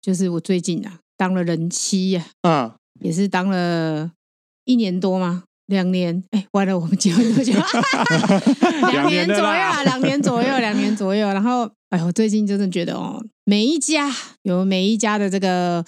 就是我最近啊当了人妻呀、嗯，啊，也是当了一年多吗？两年？哎，完了，我们结婚多久？ 两年左右啊，两年左右，两年左右。然后，哎呦，我最近真的觉得哦，每一家有每一家的这个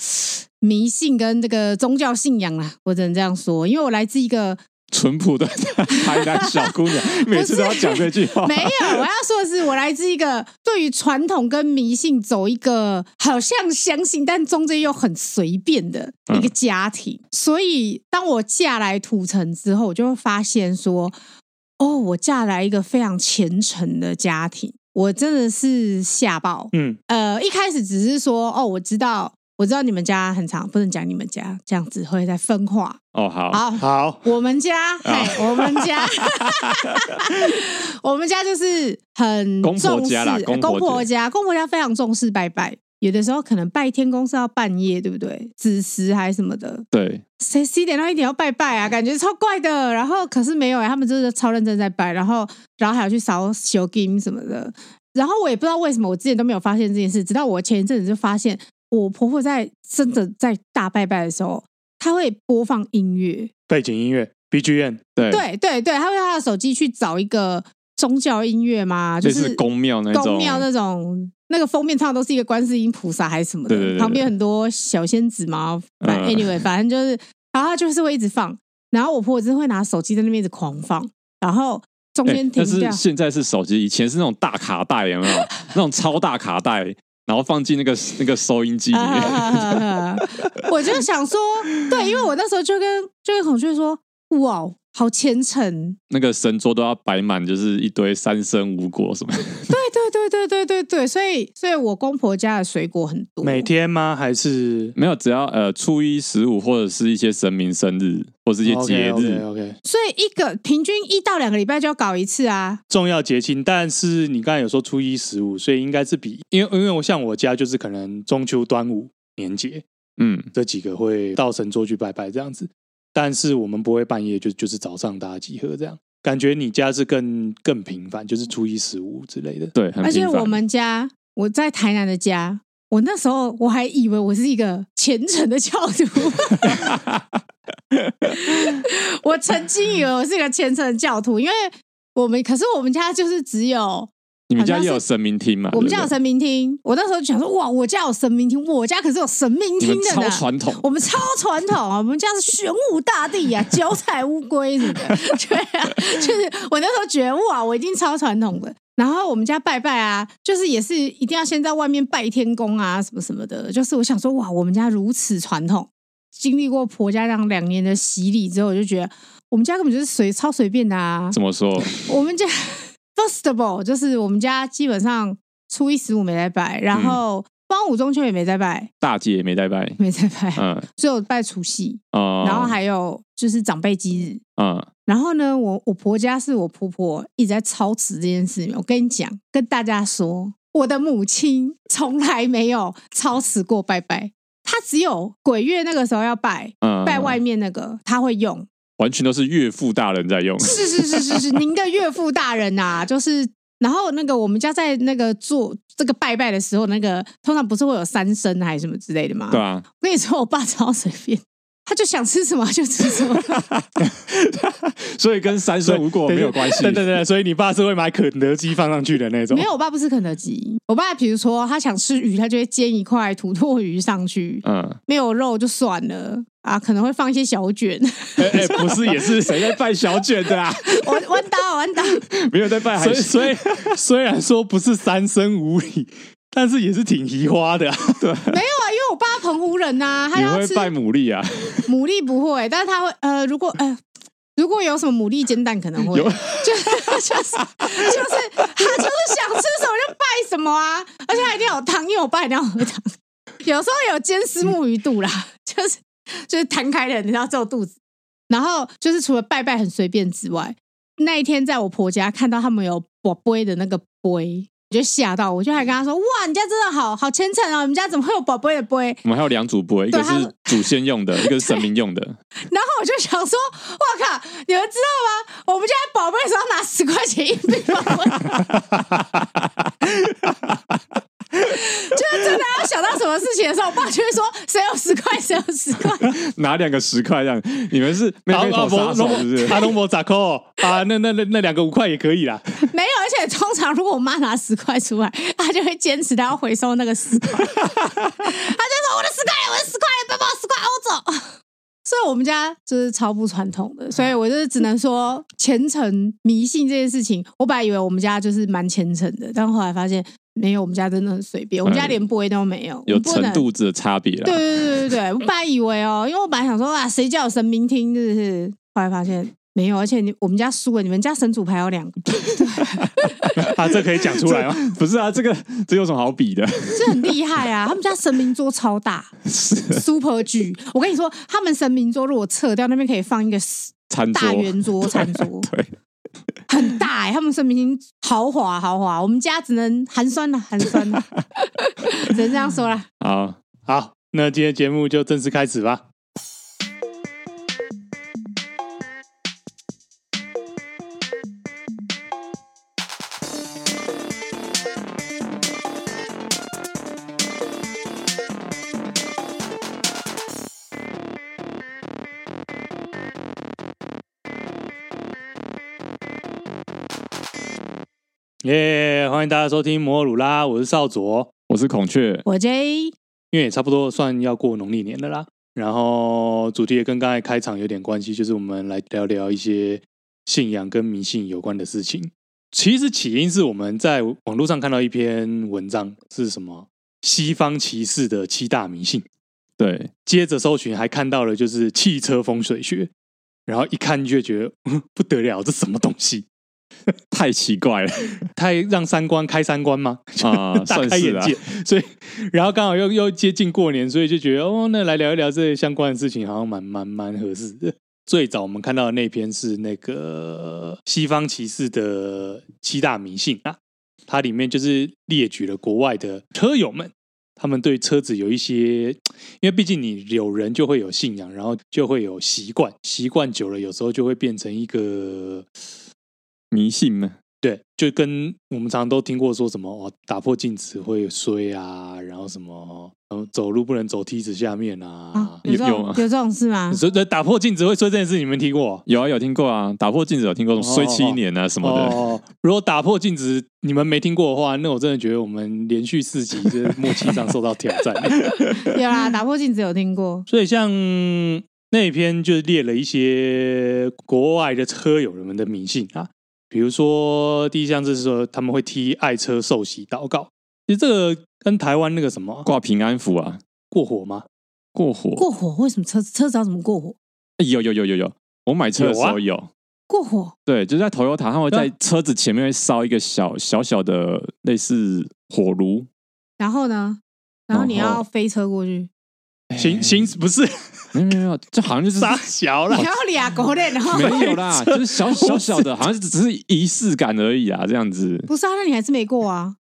迷信跟这个宗教信仰啦，我只能这样说，因为我来自一个淳朴的 台南小姑 娘，每次都要讲这句 话。没有，我要说的是，我来自一个对于传统跟迷信走一个好像相信，但中间又很随便的一个家庭。所以，当我嫁来土城之后，我就会发现说，哦，我嫁来一个非常虔诚的家庭，我真的是吓爆。嗯，呃，一开始只是说，哦，我知道。我知道你们家很长，不能讲你们家，这样子会在分化。哦，好，好好，我们啊家，嘿，我们家， 我们家就是很公重视呃婆家啦公婆公婆家，公婆家非常重视拜拜。有的时候可能拜天公是要半夜，对不对？子时还是什么的，对，谁十一点到一点要拜拜啊？感觉超怪的。然后可是没有、欸，他们真的超认真在拜，然后然后还要去烧修金什么的。然后我也不知道为什么，我之前都没有发现这件事，直到我前一阵子就发现，我婆婆在真的在大拜拜的时候，她会播放音乐，背景音乐 BGM，对，对对对，他会用他的手机去找一个宗教音乐嘛，就类是似宫庙那种，宫庙那种，那个封面唱的都是一个观世音菩萨还是什么的，对对对对旁边很多小仙子嘛，反正嗯 anyway，反正就是，然后他就是会一直放，然后我婆婆真的会拿手机在那边一直狂放，然后中哎间停但是掉，现在是手机，以前是那种大卡带，有没有？ 那种超大卡带，然后放进那个那个收音机里面。啊我就想说，对，因为我那时候就跟就跟孔雀说，哇，哦好虔诚，那个神桌都要摆满，就是一堆三生五果什么。对对对对对对，所以所以我公婆家的水果很多， 每天吗？还是没有，只要呃初一十五或者是一些神明生日或是一些节日 o k 所以一个平均一到两个礼拜就要搞一次啊。重要节庆，但是你刚才有说初一十五，所以应该是比因为因为我像我家就是可能中秋、端午、年节嗯，这几个会到神桌去拜拜这样子，但是我们不会半夜就就是早上大家集合这样。感觉你家是更更频繁，就是初一十五之类的。对，很而且频繁我们家，我在台南的家，我那时候我还以为我是一个虔诚的教 徒，我曾经以为我是一个虔诚的教徒，因为我们可是我们家就是只有你们家也有好像是神明厅嘛？我们啊对家不有对神明厅，我那时候就想说哇，我家有神明厅，我家可是有神明你厅们的超呢。传统，我们超传统啊，我们家是玄武大帝 呀、九彩乌龟什么的，对啊，就是我那时候觉得哇，我已经超传统的。然后我们家拜拜啊，就是也是一定要先在外面拜天公啊，什么什么的。就是我想说，哇，我们家如此传统，经历过婆家让两年的洗礼之后，我就觉得我们家根本就是随超随便的啊。怎么说？我们家 first of all 就是我们家基本上初一十五没在拜，然后端午中秋也没在拜，大姐也没代拜，没在拜，嗯只有拜除夕。哦，然后还有就是长辈忌日。嗯，然后呢，我我婆家是我婆婆一直在操持这件事情。我跟你讲，跟大家说，我的母亲从来没有操持过拜拜，她只有鬼月那个时候要拜，嗯拜外面那个她会用。完全都是岳父大人在用，是是是是是，您的岳父大人呐、就是。然后那个我们家在那个做这个拜拜的时候，那个通常不是会有三牲还是什么之类的吗？对啊，我跟你说，我爸超随便，他就想吃什么就吃什么。所以跟三生五果没有关系。对对对，所以你爸是会买肯德基放上去的那种。没有，我爸不是肯德基。我爸比如说他想吃鱼，他就会煎一块土托鱼上去，嗯，没有肉就算了啊，可能会放一些小卷。 哎，哎不是也是谁在拜小卷的 啊？我啊弯刀弯刀，没有在拜所海以，鲜， 所以虽然说不是三生五礼，但是也是挺移花的、啊。对，哇，因为我爸澎湖人呐、他你要会吃拜牡蛎啊？牡蛎不会，但是他会呃，如果呃。如果有什么牡蛎煎蛋可能会，就 有就是就是他就是想吃什么就拜什么啊，而且他一定要有汤，因为我爸一定要喝汤。有时候有煎丝木鱼肚啦， 就是就是摊开的，你知道这种肚子。然后就是除了拜拜很随便之外，那一天在我婆家看到他们有宝贝的那个杯，我就吓到，我就还跟他说：“哇，你家真的好好虔诚哦，你们家怎么会有宝贝的杯？”我们还有两主播，一个对他是祖先用的，一个是神明用的。然后我就想说，我靠，你们知道吗？我们家宝贝是要拿十块钱硬币宝贝， 就是真的要想到什么事情的时候，我爸就会说：“谁有十块，谁有十块。”拿两个十块这样，你 们是啊妹妹头杀手是不是？阿龙伯咋扣啊？那那那那两个五块也可以啦。没有，而且通常如果我妈拿十块出来，她就会坚持她要回收那个十块，她就说我的十块，我的十块，不要把我十块欧走。所以我们家就是超不传统的，所以我就是只能说虔诚迷信这件事情。我本来以为我们家就是蛮虔诚的，但后来发现没有，我们家真的很随便，我们家连杯都没有，有我们不能程度值的差别对啊啦。对对对对，我本来以为哦，因为我本来想说啊，谁叫有神明听，是不是？后来发现没有，而且你我们家输了，你们家神主牌有两个，啊，这可以讲出来吗？不是啊，这个这有什么好比的？这很厉害 啊！他们家神明桌超大是，super 巨。我跟你说，他们神明桌如果撤掉，那边可以放一个餐桌大圆桌、餐桌，对，很大哎、他们神明豪华豪华，我们家只能寒酸了，寒酸 了，只能这样说了。好，好，那今天节目就正式开始吧。耶欢迎大家收听摩尔鲁拉，我是少佐。我是孔雀，我 J 因为也差不多算要过农历年了啦。然后主题也跟刚才开场有点关系，就是我们来聊聊一些信仰跟迷信有关的事情。其实起因是我们在网络上看到一篇文章，是什么西方骑士的七大迷信。对，接着搜寻还看到了就是汽车风水学，然后一看就觉得、 嗯不得了，这什么东西？太奇怪了太让三观开三观吗？啊， 大算开是眼啊， 界，所以然后刚好又又接近过年，所以就觉得哦，那来聊一聊这相关的事情，好像蛮蛮蛮合适的。最早我们看到的那篇是那个西方骑士的七大迷信啊，它里面就是列举了国外的车友们，他们对车子有一些，因为毕竟你有人就会有信仰，然后就会有习惯，习惯久了，有时候就会变成一个迷信嘛，对，就跟我们常常都听过说什么哦，打破镜子会衰啊，然后什么，嗯，走路不能走梯子下面啊啊，。有这有有种吗有这种事吗 你？说这打破镜子会衰这件事，你们听过？有啊，有听过啊，打破镜子有听过，什么哦衰七年啊什么的，哦， 如果打破镜子你们没听过的话，那我真的觉得我们连续四集就是默契上受到挑战。 有啦，打破镜子有听过，所以像那篇就列了一些国外的车友们的迷信啊，比如说第一项是说他们会替爱车受洗祷告，其实这个跟台湾那个什么挂平安符啊，过火吗？过火，过火为什么车车子要怎么过火？欸有有有有有，我买车的时候有。过火对，就是在 Toyota，他会啊对啊在车子前面会烧一个小小小的类似火炉，然后呢？然后你然后要飞车过去，哎行行，不 是没有没有没有，就好像就是傻小你啦，要俩狗链，然后没有 啦，就是小小小的，好像只是仪式感而已啊，这样子不是啊？那你还是没过啊？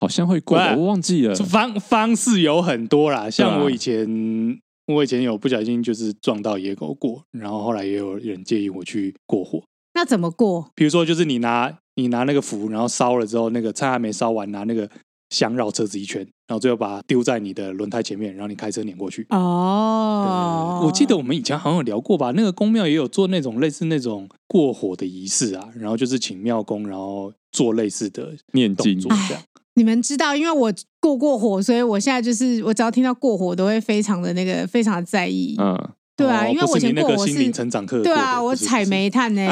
好像会过喂的，我忘记了。方方式有很多啦，对像啊我以前。我以前有不小心就是撞到野狗过，然后后来也有人建议我去过火，那怎么过？比如说，就是你拿你拿那个符，然后烧了之后，那个菜还没烧完，拿那个香绕车子一圈，然后最后把它丢在你的轮胎前面，然后你开车碾过去。呃哦，我记得我们以前好像有聊过吧，那个公庙也有做那种类似那种过火的仪式啊，然后就是请庙公，然后做类似的念动经作这样。你们知道，因为我过过火，所以我现在就是我只要听到过火，都会非常的那个非常的在意。嗯，对啊，哦因为我不以是前你那过个火心灵成长课的对过火，啊，我不是踩。煤炭呢、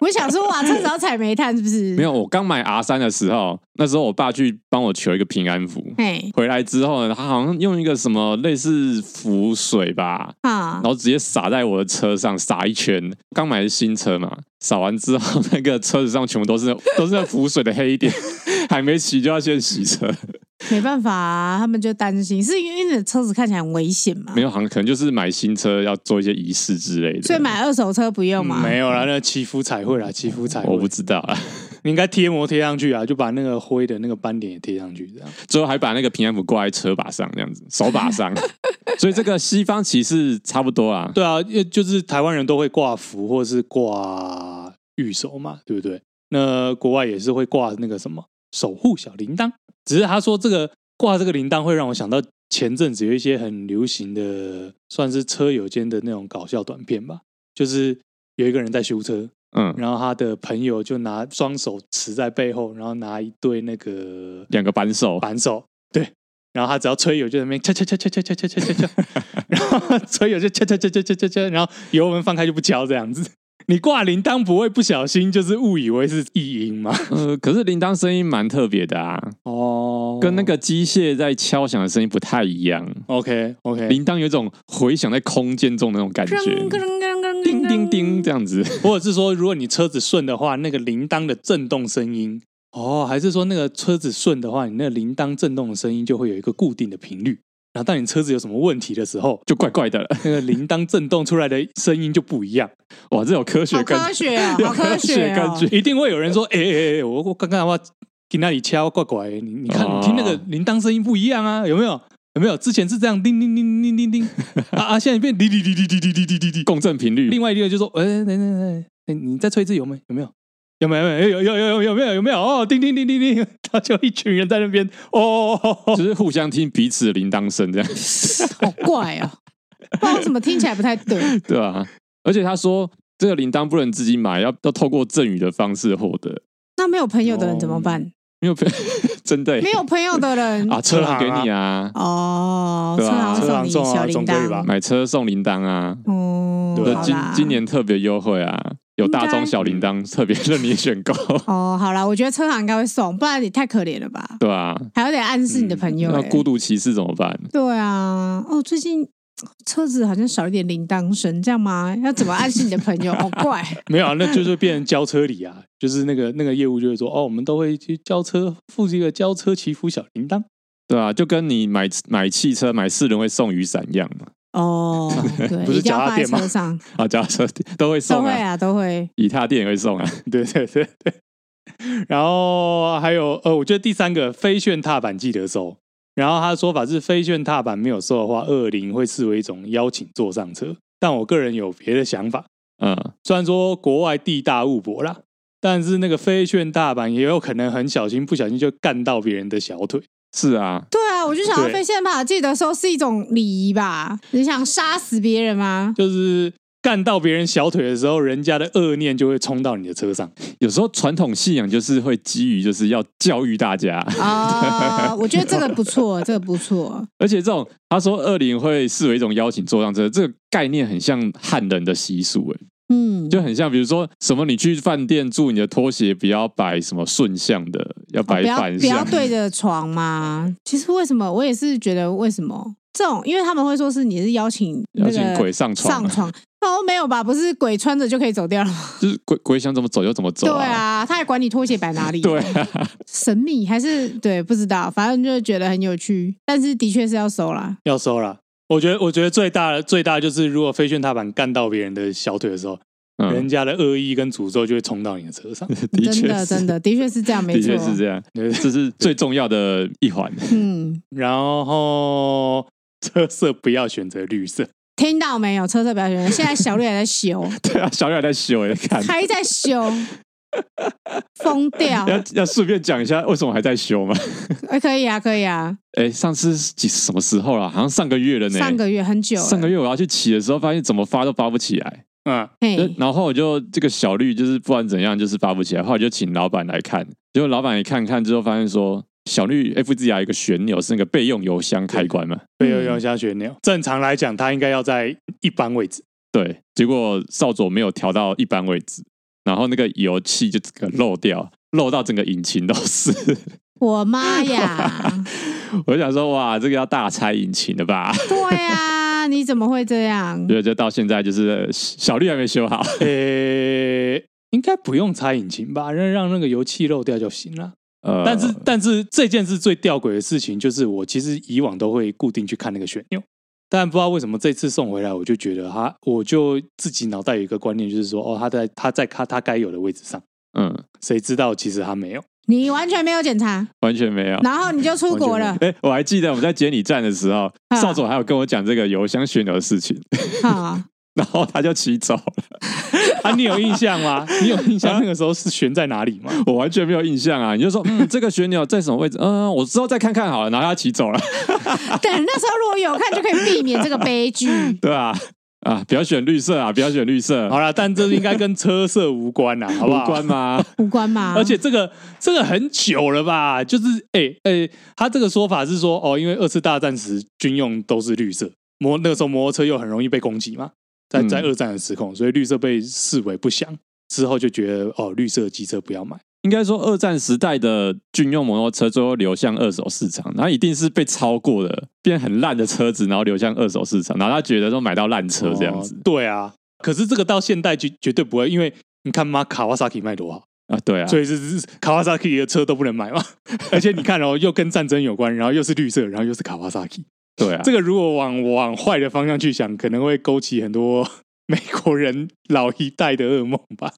我想说哇，车子要踩煤炭是不是？没有，，我刚买 R 三的时候，那时候我爸去帮我求一个平安符，嘿回来之后呢，他好像用一个什么类似符水吧，啊然，后直接撒在我的车上，撒一圈。刚买的新车嘛，撒完之后，那个车子上全部都是 都是那浮水的黑点， 还没洗就要先洗车。没办法、啊，他们就担心，是因为你的车子看起来很危险嘛没，有，好像可能就是买新车要做一些仪式之类的。所以买二手车不用嘛。嗯没有啦，那祈福彩绘啦，祈福彩我绘不，知道啊， 你应该贴膜贴上去啊，就把那个灰的那个斑点也贴上去，这样。最后还把那个平安符挂在车把上，这样子手 把上。所以这个西方骑士差不多啊。对啊，也就是台湾人都会挂符或者是挂玉手嘛，对不对？那国外也是会挂那个什么守护小铃铛。只是他说这个挂这个铃铛会让我想到前阵子有一些很流行的，算是车友间的那种搞笑短片吧，就是有一个人在修车，嗯，然后他的朋友就拿双手持在背后，然后拿一对那个两个 扳手，扳手，对，然后他只要吹油就在那边敲敲敲敲敲敲敲敲敲敲，然后吹油就敲敲敲敲敲敲敲，然后油门放开就不敲这样子。你挂铃铛不会不小心就是误以为是异音吗？呃，可是铃铛声音蛮特别的啊，哦跟那个机械在敲响的声音不太一样。 OK OK，铃铛有一种回响在空间中的那种感觉，叮叮叮这样子。或者是说如果你车子顺的话，那个铃铛的震动声音。哦，还是说那个车子顺的话，你那个铃铛震动的声音就会有一个固定的频率。然后当你车子有什么问题的时候，就怪怪的了， 那个铃铛震动出来的声音就不一样。哇！这有科好学根，科学哦，有好科学科哦学根 据。一定会有人说：“哎哎哎，我我刚刚我给那里敲怪怪，哎你你看哦你听那个铃铛声音不一样啊，有没有？有没有？之前是这样叮叮叮叮叮叮啊啊，现在变滴滴滴滴滴滴滴滴滴滴。共振频率。另外一个就说：哎，等等等，哎你再吹一次油门，有没有？有没有？有有有有有没有？有没有？哦，叮叮叮叮叮，他就一群人在那边哦哦哦，就是互相听彼此的铃铛声，这样好怪哦，不知道怎么听起来不太对。 对吧、而且他说，这个铃铛不能自己买，要要透过赠与的方式获得。那没有朋友的人怎哦么办？没有朋 真的耶没有朋友的人 啊，车行给你啊，哦，对车啊行送你车行送啊小铃总可以铛吧，买车送铃铛啊，哦，对好今啦今年特别优惠啊，有大应中该小铃铛特别任你选购，哦，好啦，我觉得车行应该会送，不然你太可怜了吧？对啊，还有得暗示你嗯的朋友、那欸孤独骑士怎么办？对啊，哦，最近车子好像少一点铃铛声，这样吗？要怎么暗示你的朋友？好 怪，没有啊，那就是变成交车礼啊，就是那个那个业务就会说：哦，我们都会去交车，附一个交车祈福小铃铛。”对啊，就跟你买买汽车买四轮会送雨伞一样嘛，哦，对，不是一定要脚踏放在垫吗车 上，啊，脚踏车都会都送会啊，啊，都会。以踏垫也会送啊，对对对对。然后还有呃，我觉得第三个非炫踏板记得收。然后他的说法是，非炫踏板没有收的话，二零会视为一种邀请坐上车。但我个人有别的想法，嗯，虽然说国外地大物博啦，但是那个非炫踏板也有可能很小心，不小心就干到别人的小腿。是啊，对啊，我就想要对飞线吧，记得说是一种礼仪吧？你想杀死别人吗？就是干到别人小腿的时候，人家的恶念就会冲到你的车上。有时候传统信仰就是会基于就是要教育大家，啊、我觉得这个不 错，这个不错。而且这种他说二零会视为一种邀请坐上车，这个概念很像汉人的习俗，哎，嗯，就很像比如说什么你去饭店住，你的拖鞋不要摆什么顺向的，要哦摆不要反不要向。对着床嘛。其实为什么我也是觉得为什么这种，因为他们会说是你是邀请那邀个请鬼上床，上床，哦没有吧？不是鬼穿着就可以走掉了 吗？就是鬼鬼想怎么走就怎么走、对啊，啊，他还管你拖鞋摆哪里？对，啊，神秘还是对不知道，反正就觉得很有趣，但是的确是要收啦。要收啦。我觉得，我觉得最大的最大的就是，如果飞旋踏板干到别人的小腿的时候，人嗯，家的恶意跟诅咒就会冲到你的车上。的啊真确的是，真的的确是这样，没的错确，是这样，对这是最重要的一环。 嗯。然后车色不要选择绿色，听到没有？车车表演，现在小绿还在修，对啊，小冉在修，也看。还在修，疯 掉！要要顺便讲一下，为什么还在修吗？ 哎，可以啊，可以啊，哎，上次是几什么时候啊了？好像上个月了呢。上个月很久了，上个月我要去骑的时候，发现怎么发都发不起来。嗯，就嘿，然后我就这个小绿，就是不管怎样，就是发不起来。后来就请老板来看，结果老板一看看之后，发现说小绿 FZR 有一个旋钮是那个备用油箱开关嘛，被又用下旋钮。正常来讲，它应该要在一般位置。对，结果少佐没有调到一般位置，然后那个油气就整个漏掉，漏到整个引擎都是。 我妈呀！我就想说，哇，这个要大拆引擎的吧？对啊，你怎么会这样？所以就到现在就是呃小绿还没修好， 呃，应该不用拆引擎吧，让让那个油气漏掉就行了。呃，但是，但是这件事最吊诡的事情就是，我其实以往都会固定去看那个旋钮，但不知道为什么这次送回来，我就觉得它，我就自己脑袋有一个观念，就是说，哦，它在它在它它该有的位置上，嗯，谁知道其实它没有。你完全没有检查，完全没有。然后你就出国了完，哎、我嗯还记得我们在接你站的时候，啊邵总还有跟我讲这个油箱旋钮的事情。啊！ 然后他就骑走了，啊，你有印象 吗？你有印象那个时候是悬在哪里吗？我完全没有印象啊！你就说，嗯，这个旋钮在什么位置？嗯，我之后再看看好了。然后他骑走了，等那时候如果有看，就可以避免这个悲 剧。对啊，啊，不要选绿色啊，不要选绿色，好啦，但这应该跟车色无关啦，好不好？无关吗？无关啊嘛，而且这个这个很久了吧？就是哎哎、他这个说法是说哦，因为二次大战时军用都是绿色，摩那个时候摩托车又很容易被攻击嘛，在嗯在二战的时空，所以绿色被视为不祥。之后就觉得哦，绿色机车不要买，应该说，二战时代的军用摩托车最后流向二手市场，然后一定是被超过的，变很烂的车子，然后流向二手市场，然后他觉得说买到烂车这样子哦对啊，可是这个到现代绝绝对不会，因为你看妈卡瓦萨基卖多好，啊，对啊，哦所以是是卡瓦萨基的车都不能买 嘛。而且你看哦，又跟战争有关，然后又是绿色，然后又是卡瓦萨基，对啊， 这个如果往往坏的方向去想，可能会勾起很多 美国人老一代的噩梦吧。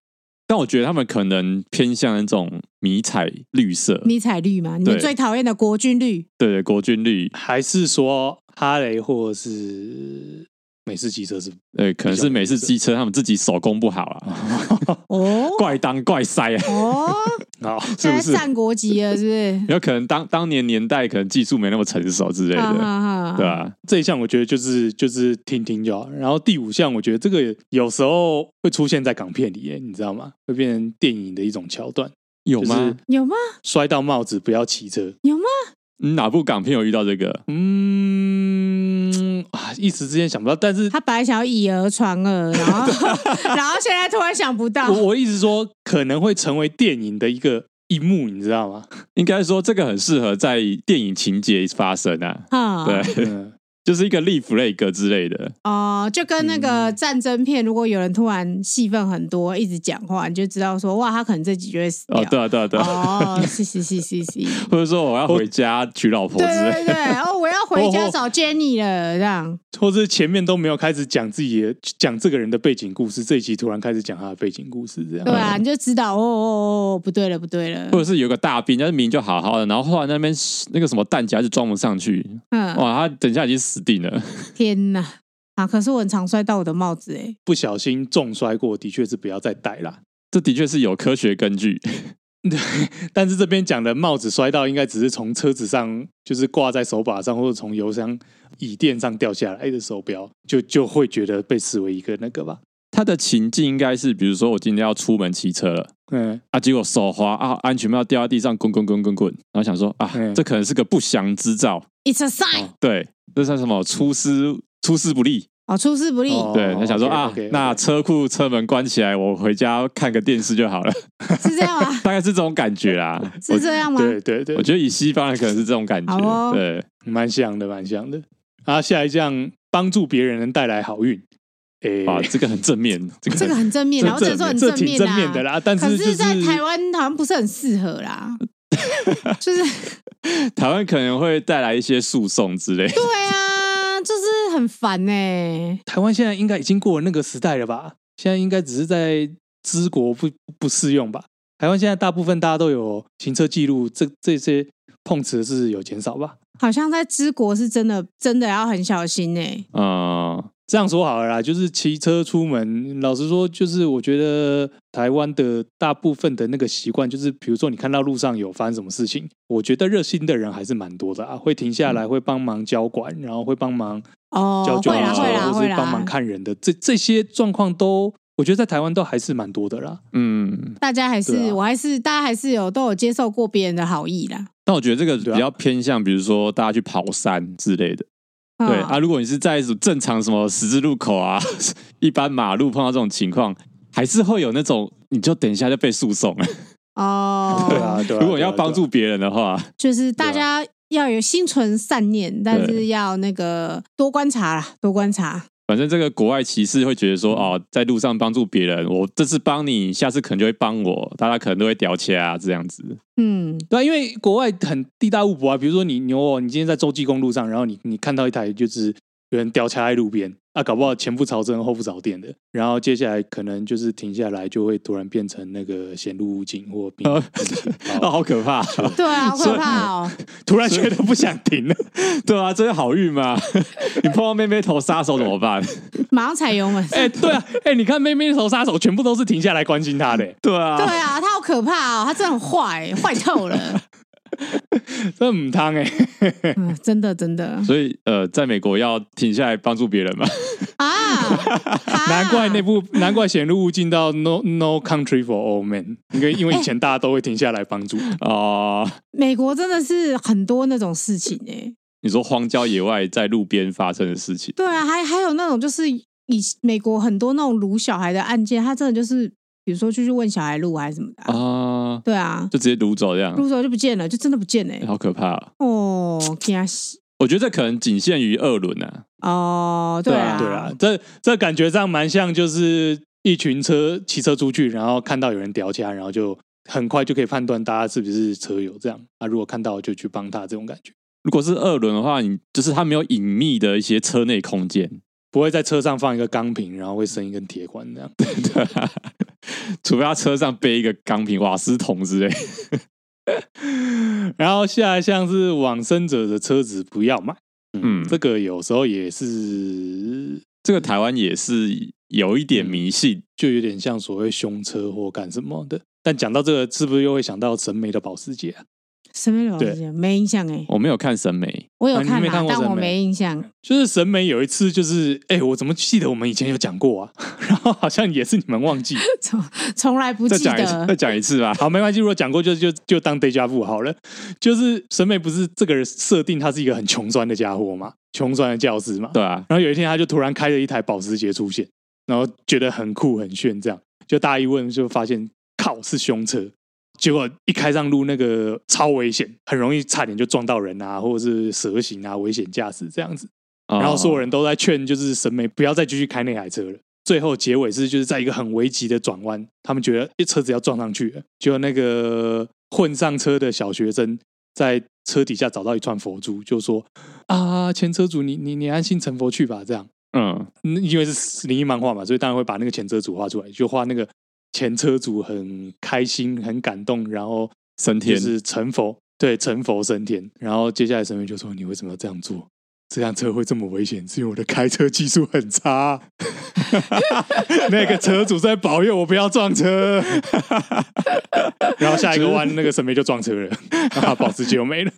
但我觉得他们可能偏向那种迷彩绿色，迷彩绿嘛，你们对最讨厌的国军绿，对对，国军绿，还是说哈雷或是美式机车是？呃，可能是美式机车他们自己手工不好啊，哦怪当怪塞 啊，哦，好，是现不在是？战国级了，是不是？有可能当当年年代可能技术没那么成熟之类哈的，哈哈对啊，这一项我觉得就是就是听听就好。然后第五项，我觉得这个有时候会出现在港片里耶，你知道吗？会变成电影的一种桥段，有就是吗？有吗？摔到帽子不要骑车。有吗？你哪部港片有遇到这个？嗯啊，一时之间想不到，但是他本来想要以讹传讹，然后 然后现在突然想不到 我，我一直说可能会成为电影的一个一幕，你知道吗？应该说这个很适合在电影情节发生啊， 哈，对， 嗯，就是一个 leaf leg 之类的，哦，就跟那个战争片，如果有人突然戏份很多，一直讲话，你就知道说，哇，他可能这几就会死掉哦，。对啊，对啊，对啊，哦，是是是是是，或者说我要回家娶老婆之对类对对，哦，我要回哦家哦找 Jenny 了，这样或者是前面都没有开始讲自己的讲这个人的背景故事，这一集突然开始讲他的背景故事，这样对啊，你就知道，哦哦哦，不对了，不对了或，者是有个大病，但是明明就好好的，然后后来那边那个什么弹夹就装不上去，嗯，哇，他等一下已经死定了。天哪，啊，可是我很常摔到我的帽子，哎，不小心重摔过，的确是不要再戴啦。这的确是有科学根据， 但是这边讲的帽子摔到，应该只是从车子上，就是挂在手把上，或者从油箱椅垫上掉下来的手表，就就会觉得被视为一个那个吧。他的情境应该是，比如说我今天要出门骑车了。嗯，啊！结果手滑啊，安全帽掉在地上，滚滚滚滚滚，然后想说啊嗯，这可能是个不祥之兆， It's a sign，对，这算什么出师出师不利？哦，出师不利，哦对，他想说啊 OK，OK，OK，那车库车门关起来，我回家看个电视就好了， 是这样吗？大概是这种感觉啦。是这样吗？对对对我，觉得以西方人可能是这种感觉，好哦对，蛮像的，蛮像的。啊，下一项帮助别人能带来好运，诶、啊，这个很正面，这个这个很很正面啊，然后这时候很这挺正面面啊的啦。啦，但可，是就是在台湾好像不是很适合 啦，就是台湾可能会带来一些诉讼之类，对啊，就是很烦呢、欸台湾现在应该已经过了那个时代了吧？现在应该只是在知国不不适用吧？台湾现在大部分大家都有行车记录，这这些碰瓷是有减少吧？好像在知国是真的，真的要很小心呢、欸嗯，这样说好了啦，就是骑车出门，老实说，就是我觉得台湾的大部分的那个习惯，就是比如说你看到路上有发生什么事情，我觉得热心的人还是蛮多的啊，会停下嗯来，会帮忙交管，然后会帮忙交哦，救会护啦车，会啦或会是帮忙啦，看人的，这这些状况都，我觉得在台湾都还是蛮多的啦。嗯，大家还是、对啊我还是大家还是有都有接受过别人的好意啦。但我觉得这个对啊比较偏向，比如说大家去跑山之类的，嗯对啊，如果你是在正常什么十字路口啊， 一般马路碰到这种情况，还是会有那种你就等一下就被诉讼 了。哦， 对啊，对啊。如果你对啊要帮，助别人的话，就是大家要有心存善念，但是要那个多观察啦，多观察。反正这个国外歧视会觉得说，哦，在路上帮助别人，我这次帮你，下次可能就会帮我，大家可能都会屌起啊，这样子。 嗯，对啊对啊，因为国外很地大物博啊，比如说你牛哦，你今天在洲际公路上，然后你你看到一台就是有人吊车在路边，啊，搞不好前不着村后不着店的，然后接下来可能就是停下来就会突然变成那个显露无尽 或冰哦，好可 怕！对啊，好可怕哦！突然觉得不想停 了，对啊，这是好运 吗？你碰到妹妹头杀手怎么办？马上踩油门。 哎、对啊，哎、你看妹妹手杀手全部都是停下来关心她的、 对啊， 对啊，他好可怕哦，他真的很坏，坏透 了，这很汤哎、嗯，真的真的所以呃，在美国要停下来帮助别人嘛。 啊！啊难怪那部难怪显露无尽到 No No Country for Old Men，因为因为以前大家都会停下来帮助，哦、美国真的是很多那种事情哎、你说荒郊野外在路边发生的事情，对啊，还还有那种就是以美国很多那种掳小孩的案件，他真的就是比如说就去问小孩路还是什么的哦啊、啊、对啊，就直接掳走这样，路走就不见了，就真的不见了欸、好可怕、啊！哦，惊死！我觉得这可能仅限于二轮啊，哦， 对啊，对啊，这这感觉上蛮像就是一群车骑车出去，然后看到有人屌掐，然后就很快就可以判断大家是不是车友这样啊，如果看到就去帮他这种感觉，如果是二轮的话，你就是它没有隐秘的一些车内空间， 不会在车上放一个钢瓶，然后会伸一根铁管 这样。啊除非他车上背一个钢瓶、瓦斯桶之类。 然后下来像是往生者的车子不要买，嗯，这这个有时候也是这个台湾也是有一点迷信，就有点像所谓凶车或干什么的。但讲到这个，是不是又会想到神眉的保时捷、啊？什么老对师没印象哎、我没有看审美，我有啊你看没啦、看过但神我美没印象。就是神眉有一次，就是哎、我怎么记得我们以前有讲过啊？ 然后好像也是你们忘记。从从来不再记讲一次，得再讲一次吧。好，没关系，如果讲过就就就当 deja vu 好了。就是神眉不是这个人设定，他是一个很穷酸的家伙嘛，穷酸的教师嘛。对啊，然后有一天，他就突然开了一台保时捷出现，然后觉得很酷很炫，这样就大家一问就发现，靠是凶车。结果一开上路，那个超危险，很容易差点就撞到人啊，或者是蛇行啊，危险驾驶这样子。 然后所有人人都在劝，就是审美不要再继续开那台车了。最后结尾是就是在一个很危急的转弯，他们觉得诶车子要撞上去了，结果那个混上车的小学生在车底下找到一串佛珠，就说啊，前车主你你你安心成佛去吧，这样。嗯，嗯因为是灵异漫画嘛，所以当然会把那个前车主画出来，就画那个前车主很开心、很感动，然后升就天是成佛，对，成佛升天。然后接下来神明就说：“你为什么要这样做？这辆车会这么危险，是因为我的开车技术很差 啊。那个车主在保佑我不要撞车。 然后下一个弯，那个神明就撞车了， 啊，保时捷又没了。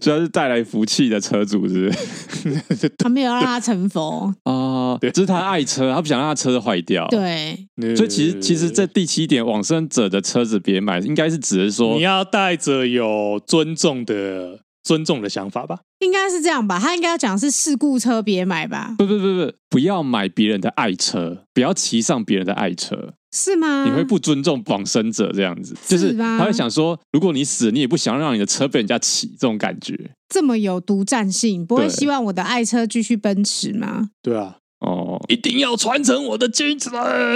主要是带来福气的车主是不是他没有让他成 佛。 哦，对这是他爱车，他不想让他车坏掉。，对， 所以其实其实这第七点，往生者的车子别买，应该是指的是说呃你要带着有尊重的尊重的想法吧。应该是这样吧？他应该要讲是事故车别买吧？不不不不，不要买别人的爱车，不要骑上别人的爱车，是吗？你会不尊重往生者这样子，就是嗯是吧他会想说，如果你死了，你也不想让你的车被人家骑，这种感觉这么有独占性？不会对希望我的爱车继续奔驰吗？对啊，哦。一定要传承我的精神。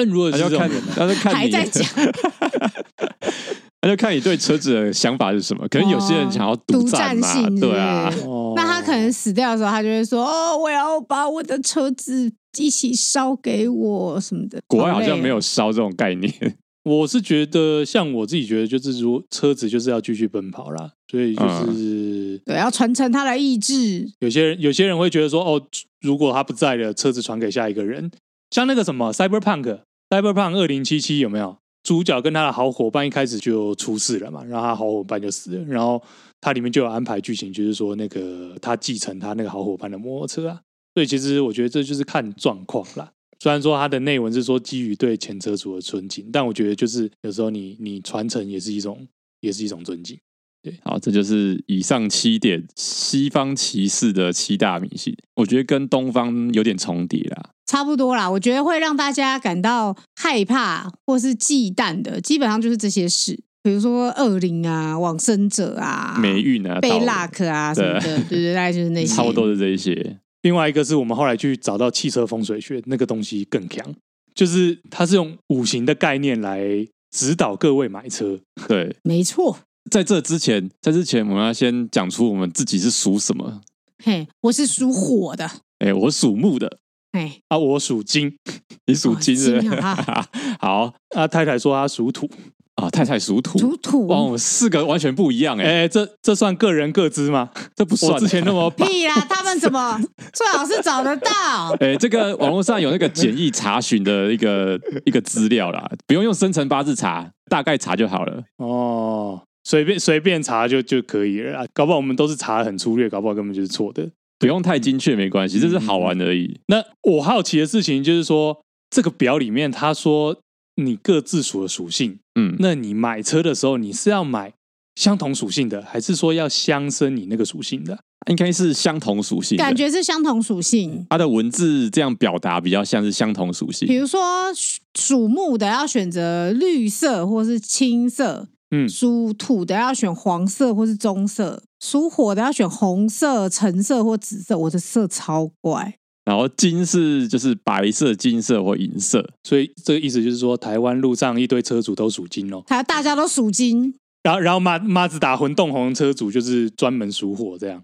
如果他是这就种看人、啊，，他就看还你，在讲 他就看你对车子的想法是什么。可能有些人想要独占嘛哦独性，，对啊是，不是哦那他可能死掉的时候，他就会说：“哦，我要把我的车子一起烧给我什么的。”国外好像好没累哦。有烧这种概念，我是觉得，像我自己觉得，就是如车子就是要继续奔跑啦，所以嗯就是、对，要传承他的意志。有些人有些人会觉得说，哦，如果他不在了，车子传给下一个人，像那个什么 Cyberpunk Cyberpunk 二零七七有没有？主角跟他的好伙伴一开始就出事了嘛，然后他好伙伴就死了，然后它里面就有安排剧情，就是说那个他继承他那个好伙伴的摩托车啊，所以其实我觉得这就是看状况啦。虽然说它的内文是说基于对前车主的尊敬，但我觉得就是有时候你你传承也是一种也是一种尊敬。好，这就是以上七点西方骑士的七大迷信，我觉得跟东方有点重叠啦。差不多啦，我觉得会让大家感到害怕或是忌惮的，基本上就是这些事，比如说恶灵啊、往生者啊、霉运啊，被到了 luck 啊什对么的，对对对，大概就是那些。 差不多是这一些。另外一个是我们后来去找到汽车风水学那个东西更强，就是它是用五行的概念来指导各位买车。对，没错。在这之前，在之前我们要先讲出我们自己是属什么。嘿，我是属火的，哎，我属木的，哎，啊，我属金你属金是不是哦金啊？ 好啊，太太说她属土，啊，太太属土，土土哇，我们四个完全不一样哎、哎、这这算个人各资吗？这不算我之前那么 把屁啦！他们怎么最好是找得 到？哎、这个网络上有那个简易查询的一个一个资料啦，不用用生辰八字查，大概查就好了。哦，随便随便查就就可以了啊，搞不好我们都是查得很粗略，搞不好根本就是错的。不用太精确没关嗯系，这是好玩而已。那我好奇的事情就是说，这个表里面他说你各自属的属性，嗯，那你买车的时候你是要买相同属性的，还是说要相生你那个属性的？应该是相同属性的，感觉是相同属性。它的文字这样表达比较像是相同属比性。如说属属木的要选择绿色或是青色，嗯属土的要选黄色或是棕色，属火的要选红色、橙色或紫色。我的色超怪，然后金是就是白色、金色或银色，所以这个意思就是说，台湾路上一堆车主都属金哦，还有大家都属金。然后然后马马自达混动红车主就是专门属火这样。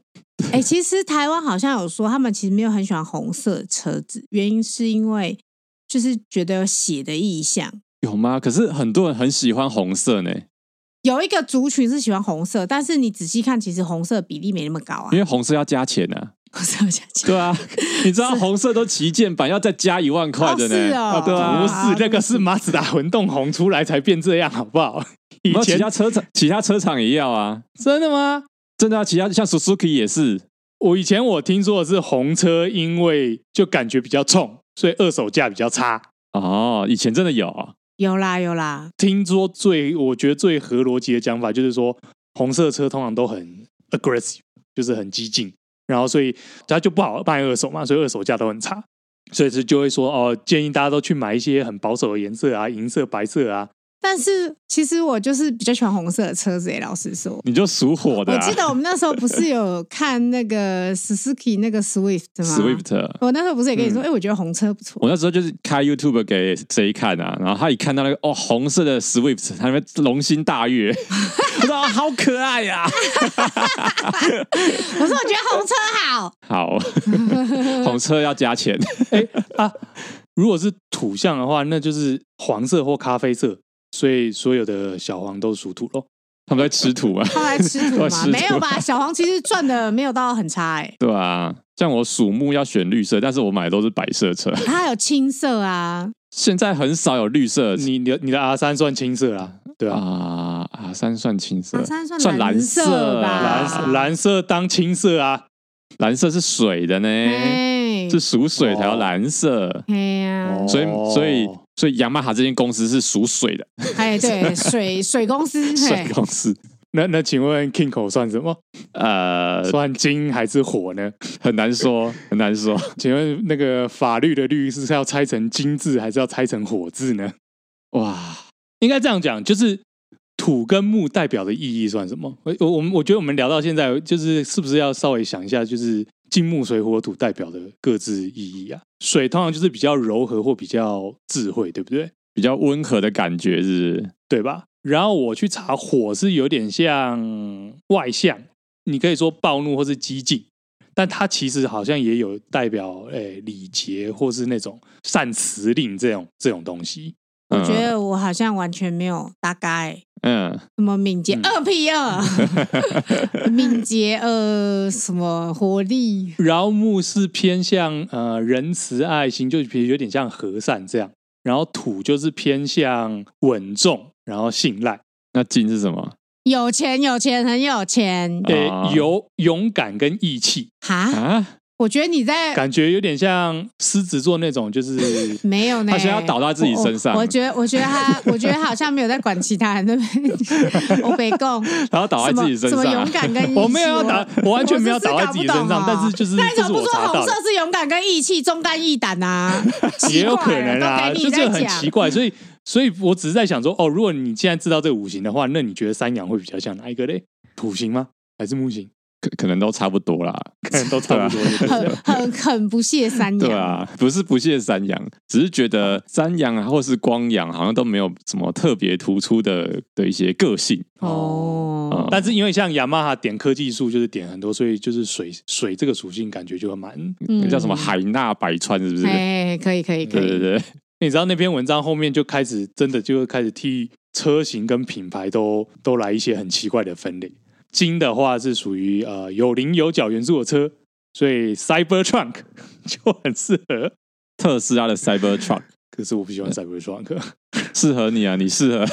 哎、其实台湾好像有说他们其实没有很喜欢红色的车子，原因是因为就是觉得有血的意象。有吗？可是很多人很喜欢红色呢，有一个族群是喜欢红色，但是你仔细看，其实红色比例没那么高啊 因。为红色要加钱啊。红色加起来 对啊，你知道红色都旗舰版要再加一万块的呢。哦是哦啊对啊，不啊是，那个是马自达混动红出来才变这样，好不好？以没有其前他车厂，其他车厂也要啊。真的吗？真的、啊，其他像 Suzuki 也是，我以前我听说的是红车，因为就感觉比较冲，所以二手价比较差。哦，以前真的有啊，有啦有啦，听说最我觉得最合逻辑的讲法就是说，红色车通常都很 aggressive，就是很激进，然后所以它就不好卖二手嘛，所以二手价都很差。所以是就会说哦，建议大家都去买一些很保守的颜色啊，银色、白色啊。但是其实我就是比较喜欢红色的车子、欸。老实说，你就属火的、我啊。记得我们那时候不是有看那个 Suzuki 那个 Swift 吗 Swift，我那时候不是也跟你说，嗯哎、我觉得红车不错。我那时候就是开 YouTube 给谁看啊，然后他一看到那个哦红色的 Swift，他们龙心大悦， 我说、啊好可爱呀、我说我觉得红车 好，好，红车要 加钱，啊如果是土象的话，那就是黄色或咖啡色，所以所有的小黄都属土咯。他们在吃土嘛，后来吃土我吗？吃土没有吧？小黄其实赚的没有到很差哎、 对啊，像我属木要选绿色，但是我买的都是白色车，它有青色啊，现在很少有绿色的车你你的你的 R 三算青色啦，对啊，啊啊，三算青色，啊三算蓝蓝色吧啊蓝蓝色当青色啊，蓝色是水的呢，哎、是属水才要哦蓝色，哎呀、哦所以所以所以雅马哈这间公司是属水的哎，对，水水公司， 水嘿，公司，那那请问 Kingo 算什么？呃，算金还是火呢？很难说，很难说。请问那个法律的律是要拆成金字还是要拆成火字呢？哇，应该这样讲，就是土跟木代表的意义算什么？我我我们我觉得我们聊到现在，就是是不是要稍微想一下，就是金木水火土代表的各自意义啊？水通常就是比较柔和或比较智慧，对不对？比较温和的感觉是不是对吧？然后我去查，火是有点像外向，你可以说暴怒或是激进，但它其实好像也有代表诶、礼节或是那种善辞令这种这种东西。我嗯觉得我好像完全没有大概嗯，嗯什么敏捷二 P 二，敏捷呃什么活力，然后木是偏向呃仁慈爱心，就比如有点像和善这样。然后土就是偏向稳重，然后信赖，那金是什么有钱有钱很有钱对诶、啊有勇敢跟义气，哈，啊？我觉得你在感觉有点像狮子座那种，就是没有呢，他现在要倒到自己身上我我我觉得，我觉得他，我觉得他好像没有在管其他人，对不对？我北贡然后倒在自己身什么上什么啊、勇敢跟义气我没有要打，我完全没有打在自己身哦我是搞不懂上，但哦是就是那你这怎是么不我说查红到色的，是勇敢跟义气、忠肝义胆啊？ 也有奇可怪能了啊，都给就你是在很讲奇怪，所以所以我只是在想说，哦，如果你现在知道这个五行的话，那你觉得三阳会比较像哪一个嘞？土型吗？还是木型？可可能都差不多啦。 可能都差不多。对 很很很不屑三对娘。啊，不是不屑山羊，只是觉得山羊啊或是光羊好像都没有什么特别突出的的一些个性。哦，嗯但是因为像雅马哈点科技树就是点很多，所以就是水水这个属性感觉就蛮。嗯叫什么海纳百川，是不是？哎，可以可以可对对以，对，你知道那篇文章后面就开始真的就开始替车型跟品牌都都来一些很奇怪的分类。金的话是属于呃有棱有角元素的车，所以 Cybertruck 就很适合。特斯拉的 Cybertruck 可是我不喜嗯欢 Cybertruck， 适合你啊，你适合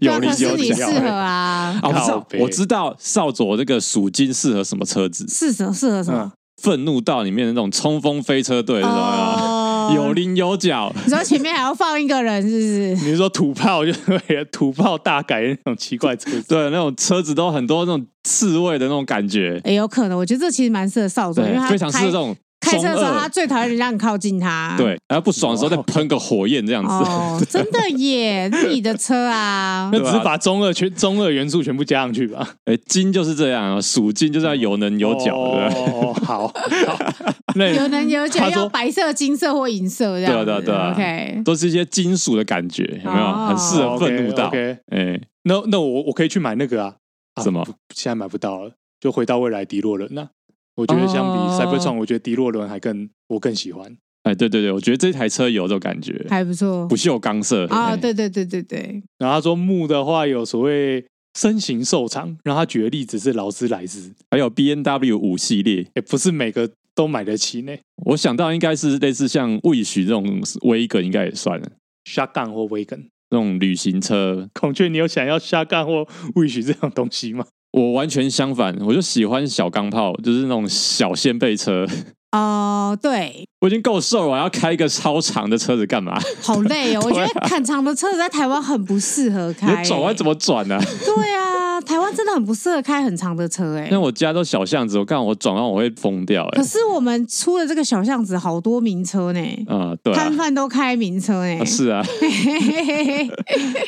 对有啊，理可是有你理适合啊， 啊！我知靠道北，我知道少佐这个属金适合什么车子？适合适合什么？愤怒到里面的那种冲锋飞车队，是吧？哦有棱有角，你说前面还要放一个人，是不是？你是说土炮就是土炮大改那种奇怪车子？ 对，啊那种车子都很多那种刺猬的那种感觉，哎也有可能，我觉得这其实蛮适合少佐，因为对，他非常适合开这种开车的时中候，二他最讨厌人家很靠近他。。对，然后不爽的时候再喷个火焰这样子，哦，真的耶，你的车啊那， 对啊只是把中二全中二元素全部加上去吧。 哎，金就是这样啊，属金就是要有棱有角，对不对哦， 好，好那有能有角，他说要白色、金色或银色这样子。对啊对啊对 OK，都是一些金属的感觉，有没有？哦很适合愤怒到， OK，OK 哎，那那我我可以去买那个啊，啊什么不现在买不到了，就回到未来迪洛伦那、我觉得相比哦 Cybertron，、我觉得迪洛伦还更我更喜欢。哎，对对对，我觉得这台车有这种感觉，还不错不。锈钢色哦，哎对对对对对，然后他说木的话有所谓身形瘦长，然后他举的例子是劳斯莱斯，还有 B N W 五系列，也不是每个都买得起呢。我想到应该是类似像魏许这种威梗，应该也算了， Shotgun 或 Wagon，那种旅行车。孔雀，你有想要 Shotgun 或 Wish 这种东西吗？ 我完全相反，我就喜欢小钢炮，就是那种小掀背车。哦，对，我已经够瘦了，我还要开一个超长的车子干嘛？ 好累哦。我觉得砍长的车子在台湾很不适合啊你开。转弯怎么？么转呢、啊？对啊，台湾真的很不适合开很长的车哎因为。我家都小巷子，我看我转弯我会疯掉哎、可是我们出了这个小巷子，好多名车呢，啊、对啊摊，贩都开名车欸呢啊。是啊，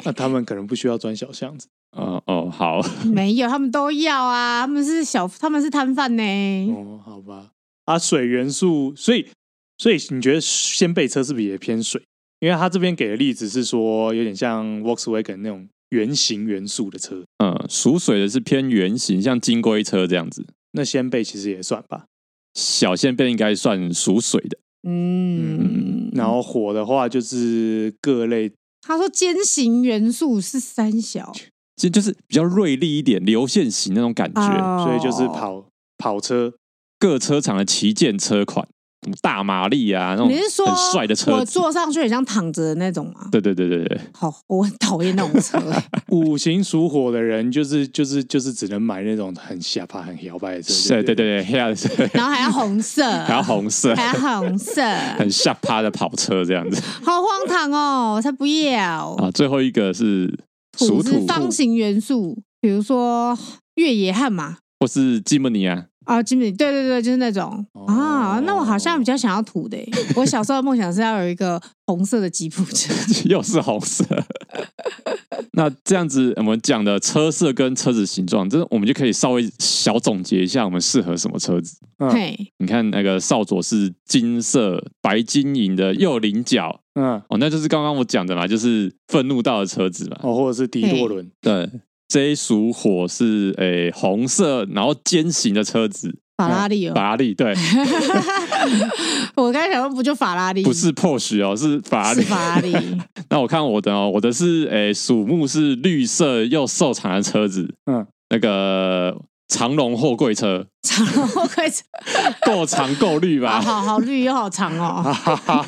那他们可能不需要钻小巷子。啊、哦好， 没有，他们都要啊，他们是小，他们是摊贩呢。哦，好吧。啊，水元素，所以所以你觉得掀背车是不是也偏水？因为他这边给的例子是说，有点像 Volkswagen 那种圆形元素的车，嗯，属水的是偏圆形，像金龟车这样子，那掀背其实也算吧。小掀背应该算属水的。嗯，然后火的话就是各类，他说尖形元素是三小，其实就是比较锐利一点，流线型那种感觉。哦所以就是跑跑车。各车厂的旗舰车款，什么大马力啊，那种你是说很帅的车我子。坐上去很像躺着的那种吗？对对对对对，好，我很讨厌那种车、 欸五行属火的人就是就是就是只能买那种很下巴很摇摆的车。是，对对不对，黑暗色， 然后还要红色，然后红色，还要红色，很下趴的跑车这样子好荒唐哦！我才不要。啊。最后一个是属是土方形元素，比如说越野悍马或是吉姆尼啊， 啊，基本对对对，就是那种哦啊。那我好像比较想要土的欸、我小时候的梦想是要有一个红色的吉普 车。又是红色。 那这样子，我们讲的车色跟车子形状，这我们就可以稍微小总结一下，我们适合什么车子。嗯嘿，你看那个少佐是金色白金银的右菱角，嗯，哦，那就是刚刚我讲的嘛，就是愤怒到的车子嘛。哦，或者是迪洛伦， 对，这一属火是诶、红色，然后尖形的车子，法拉利哦，法拉 利。对，我刚才想说不就法拉利？不是 Porsche 哦，是法拉利是。法拉利， 那我看我的哦，我的是诶、属木是绿色又瘦长的车子，嗯，那个长龙货柜车，长龙快车，够长够绿好吧？好好绿又好长哦。哈 哈，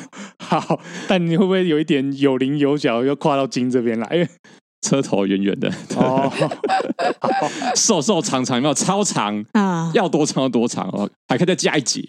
好，但你会不会有一点有棱有角，要跨到金这边来？因为车头圆圆的，哦，瘦瘦长长，有没有超长？啊， 要多长有多长哦，还可以再加一节，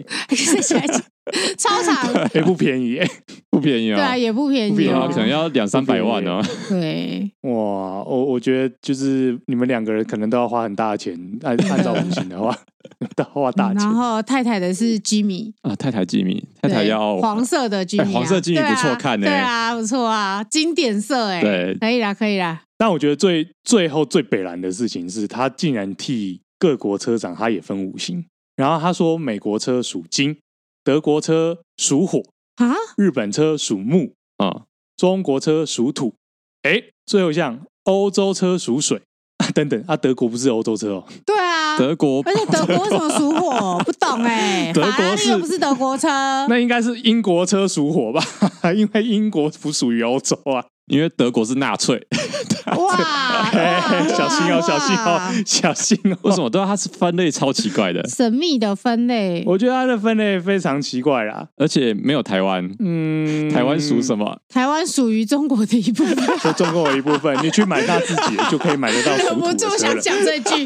超 啊长， 也不便宜耶。不便宜哦。对啊，也不便不宜便宜对哦啊，，可能要两三百万哦。 对，哇，我我觉得就是你们两个人可能都要花很大的钱，按按照五行的话， 都要花大钱嗯然。后太太的是吉米，啊，太太吉米，太对，太要黄色的吉米啊，哎黄色吉米对啊不错看欸对啊，不错啊，经典色哎，对可以啦，可以啦，但我觉得最最后最北蓝的事情是，他竟然替各国车长他也分五行。然后他说，美国车属金，德国车属火，啊，日本车属木，啊，中国车属土。哎，最后一项，欧洲车属水。啊等等啊，德国不是欧洲车哦，对啊，德国而且德国为什么属 火？不懂哎、德国法拉利又是不是德国车，那应该是英国车属火吧？ 因为英国不属于欧洲啊。因为德国是纳粹， 哇， 哇哎， 小心哇哦，小心哦，小心哦！为什么？对啊，它是分类超奇怪的，神秘的分类，我觉得它的分类非常奇怪啦。而且没有台湾，嗯，台湾属什么？么？台湾属于中国的一部 分。就中国的一部分，你去买大自己的就可以买得到属忍土不的住车想了。讲这 句：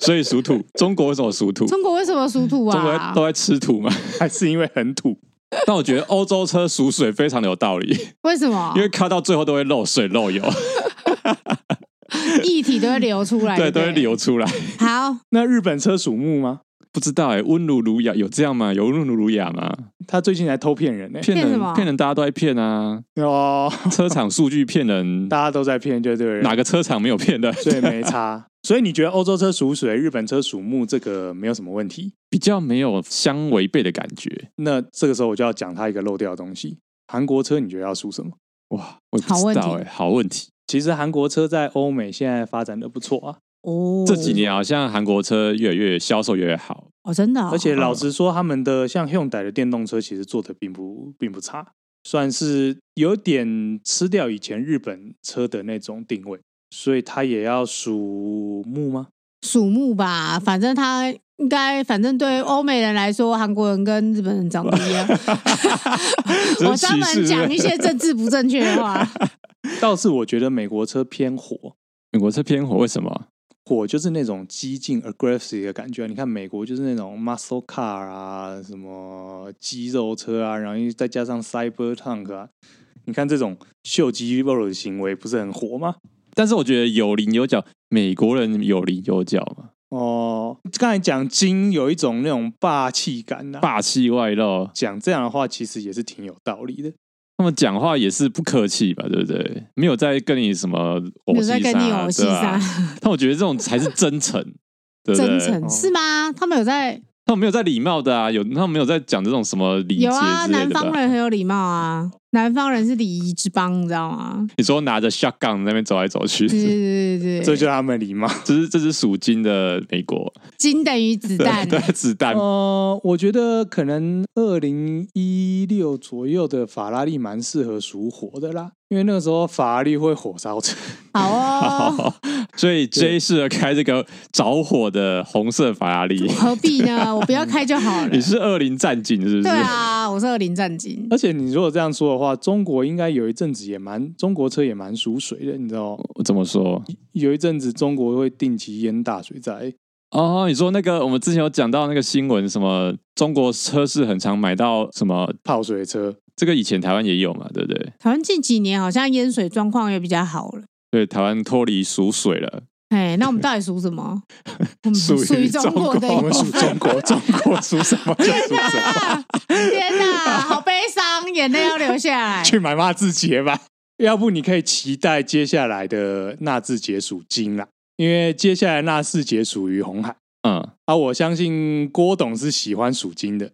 所以 属土。中国为什么属土？中中国为什么属土国啊？都在吃土嘛。还是因为很土， 但我觉得欧洲车属水非常的有道理，为什么因？为开到最后都会漏水漏油，液体都会流出来， 对，都对会不对。流出来。好，那日本车属木吗？不知道哎、温如儒雅有这样吗？有温如儒雅吗？他最近还偷骗人呢、骗骗什人么骗人，大家都在骗啊！哦，车厂数据 骗人，大家都在骗，就对了哪，个车厂没有骗的？所以没 差。所以你觉得欧洲车属水，日本车属木，这个没有什么问题？比较没有相违背的感觉。那这个时候我就要讲它一个漏掉的东西：韩国车，你觉得要属什么？哇，我也好不问知题道哎、好问题。其实韩国车在欧美现在发展的不错啊，哦，这几年好像韩国车越来越销售越来越好，哦，真的哦，而且老实说，他们的像 Hyundai 的电动车其实做的并不并不差，算是有点吃掉以前日本车的那种定位，所以它也要属木吗？属木吧，反正他应该，反正对欧美人来说，韩国人跟日本人长得一 样。我专门讲一些政治不正确的话，倒是我觉得美国车偏火，美国车偏火，为什么？火就是那种激进 aggressive 的感觉啊。你看美国就是那种 muscle car 啊，什么肌肉车啊，然后再加上 cyber tank 啊，你看这种秀肌肉的行为不是很火吗？但是我觉得有棱有角，美国人有棱有角嘛，哦，刚才讲金有一种那种霸气感呐、霸气外露，讲这样的话，其实也是挺有道理的。他们讲话也是不客气吧，对不对？没有在跟你什么没偶有在戏跟你杀，偶戏对吧杀？，但我觉得这种才是真诚， 对不哦真对？诚是吗？他们有在他们没有在礼貌的啊，有他们没有在讲这种什么礼节之有啊，类南的吧？方人很有礼貌啊，南方人是礼仪之邦，你知道吗？你说拿着 shotgun 在那边走来走去，对对对这对就对，是他们礼貌。这是这是属金的美 国，金等于子对弹，对， 子弹哦 呃，我觉得可能二零一六左右的法拉利蛮适合属火的啦，因为那个时候法拉利会火烧车。 好 哦，哦，所以 J 对适合开这个着火的红色法拉利。何必呢？我不要开就好了 你。是二零战警是不是？对啊，我是二零战警，而且你如果这样说的话，中国应该有一阵子也蛮中国车也蛮属水的，你知道吗？我怎么说？有一阵子中国会定期淹大水灾，哦，你说那个我们之前有讲到那个新闻，什么中国车市很常买到什么，泡水车。这个以前台湾也有嘛，对不对？台湾近几年好像淹水状况也比较好了。对，台湾脱离属水了，哎，那我们到底属什么？我们不属于于中国的一 我们部属分。中国，中国属什么就属什么。啊天哪，好悲伤，眼泪要流下来。去买纳智捷吧。 要不你可以期待接下来的纳智捷属金啦，因为接下来纳智捷属于红海嗯，啊。我相信郭董是喜欢属金的，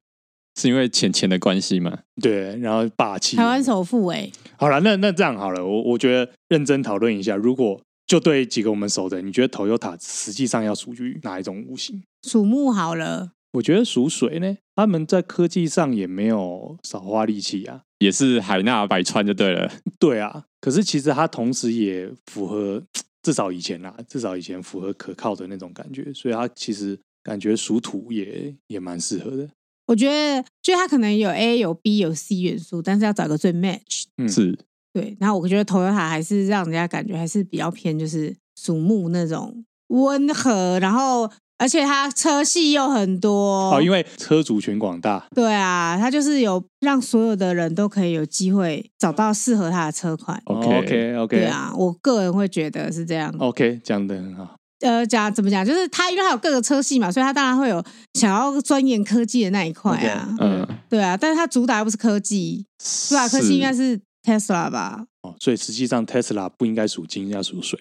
是因为钱钱的关系嘛？对，然后霸气。台湾首富哎、好了，那那这样好了，我我觉得认真讨论一下，如果就对几个我们熟的，你觉得 Toyota 实际上要属于哪一种五行？属木好了，我觉得属水呢，他们在科技上也没有少花力气啊。也是海纳百川就对了。对啊，可是其实它同时也符合，至少以前啦，至少以前符合可靠的那种感觉，所以它其实感觉属土也也蛮适合的。我觉得就它可能有 A 有 B 有 C 元素，但是要找一个最 match。嗯是，对，然后我觉得 Toyota 还是让人家感觉还是比较偏就是属木那种温和，然后而且它车系又很多。哦，因为车主群广大，对啊，它就是有让所有的人都可以有机会找到适合他的车款。哦 OK OK 对 OK 啊，我个人会觉得是这样。哦 OK，讲的很好。呃，讲怎么讲，就是它因为它有各个车系嘛，所以它当然会有想要钻研科技的那一块啊。嗯，对啊，但是它主打又不是科技，主打科技应该是 Tesla 吧？哦，所以实际上 Tesla 不应该属金，要属水。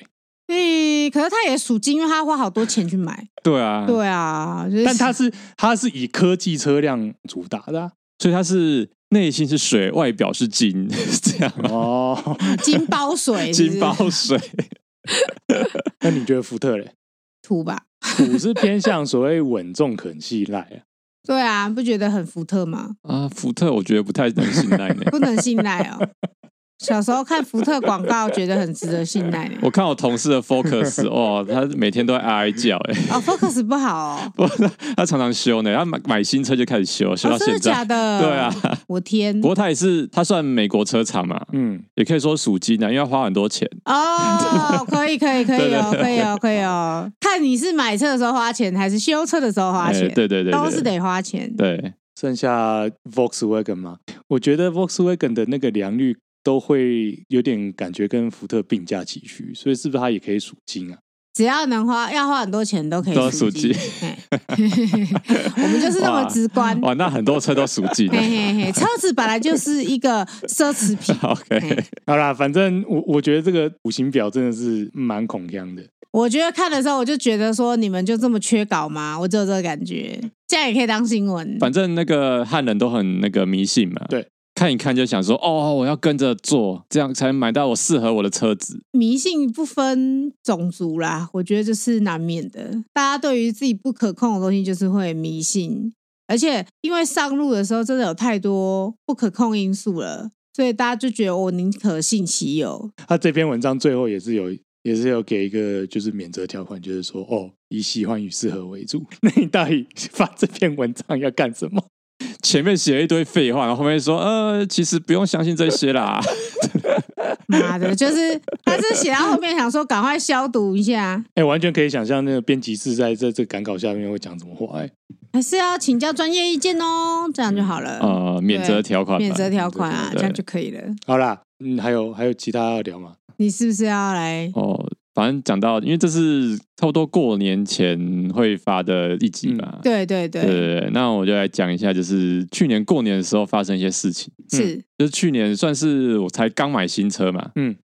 所以可是他也属金，因为他花好多钱去买。对 啊，对啊，就是、但它是它是以科技车辆主打的啊、所以它是内心是水，外表是金， 是这样哎吗？哦。 金包 水是不是金 包水，那你觉得福特嘞？土吧？虎是偏向所谓稳重肯信赖啊，对啊，不觉得很福特吗？啊，福特我觉得不太能信赖呢。不能信赖哦。小时候看福特广告，觉得很值得信赖呢。我看我同事 的 Focus，哦，他每天都在哀叫，哎， 哦，Focus 不好哦，不，他常常修呢，他买买新车就开始修，修到哦真现的假在。的？对 啊，我 天不，过他也是，他算美国车厂嘛，嗯，也可以说属金啊的，因为他花很多钱。 哦，可以可以可以哦，对对对可以哦，可以哦。看你是买车的时候花钱，还是修车的时候花哎钱，对对对，对都是得花钱。对，剩下 Volkswagen 嘛，我觉得 Volkswagen 的那个良率都会有点感觉跟福特并驾齐驱，所以是不是它也可以属金啊？只要能花，要花很多钱都可以都属属鸡。鸡 哎我们就是那么直观。哇，那很多车都属 金的嘿。嘿嘿，车子本来就是一个奢侈 品。啊 OK，哎好啦，反正我我觉得这个五行表真的是蛮恐慌的。我觉得看的时候，我就觉得说，你们就这么缺稿吗？我只有这个感觉，这样也可以当新闻。反正那个汉人都很那个迷信嘛，对，看一看就想说，哦，我要跟着做，这样才买到我适合我的车子。迷信不分种族啦，我觉得这是难免的。大家对于自己不可控的东西，就是会迷信，而且因为上路的时候真的有太多不可控因素了，所以大家就觉得我宁可信其有。他这篇文章最后也是有，也是有给一个就是免责条款，就是说哦，以喜欢与适合为主。那你到底发这篇文章要干什么？前面写了一堆废话，然后后面说，呃，其实不用相信这些啦。妈的，就是 他是写到后面想说赶快消毒一下，哎、完全可以想象那个编辑是在在这赶稿下面会讲什么话、哎，还是要请教专业意见哦，这样就好了。呃，免责条款吧，免责条款啊，对这样就可以了。好啦，嗯，还有还有其他要聊吗？你是不是要来？哦。反正讲到，因为这是差不多过年前会发的一集吧。对对对对，对对，那我就来讲一下，就是去年过年的时候发生一些事情。嗯是就是去年算是我才刚买新车嘛，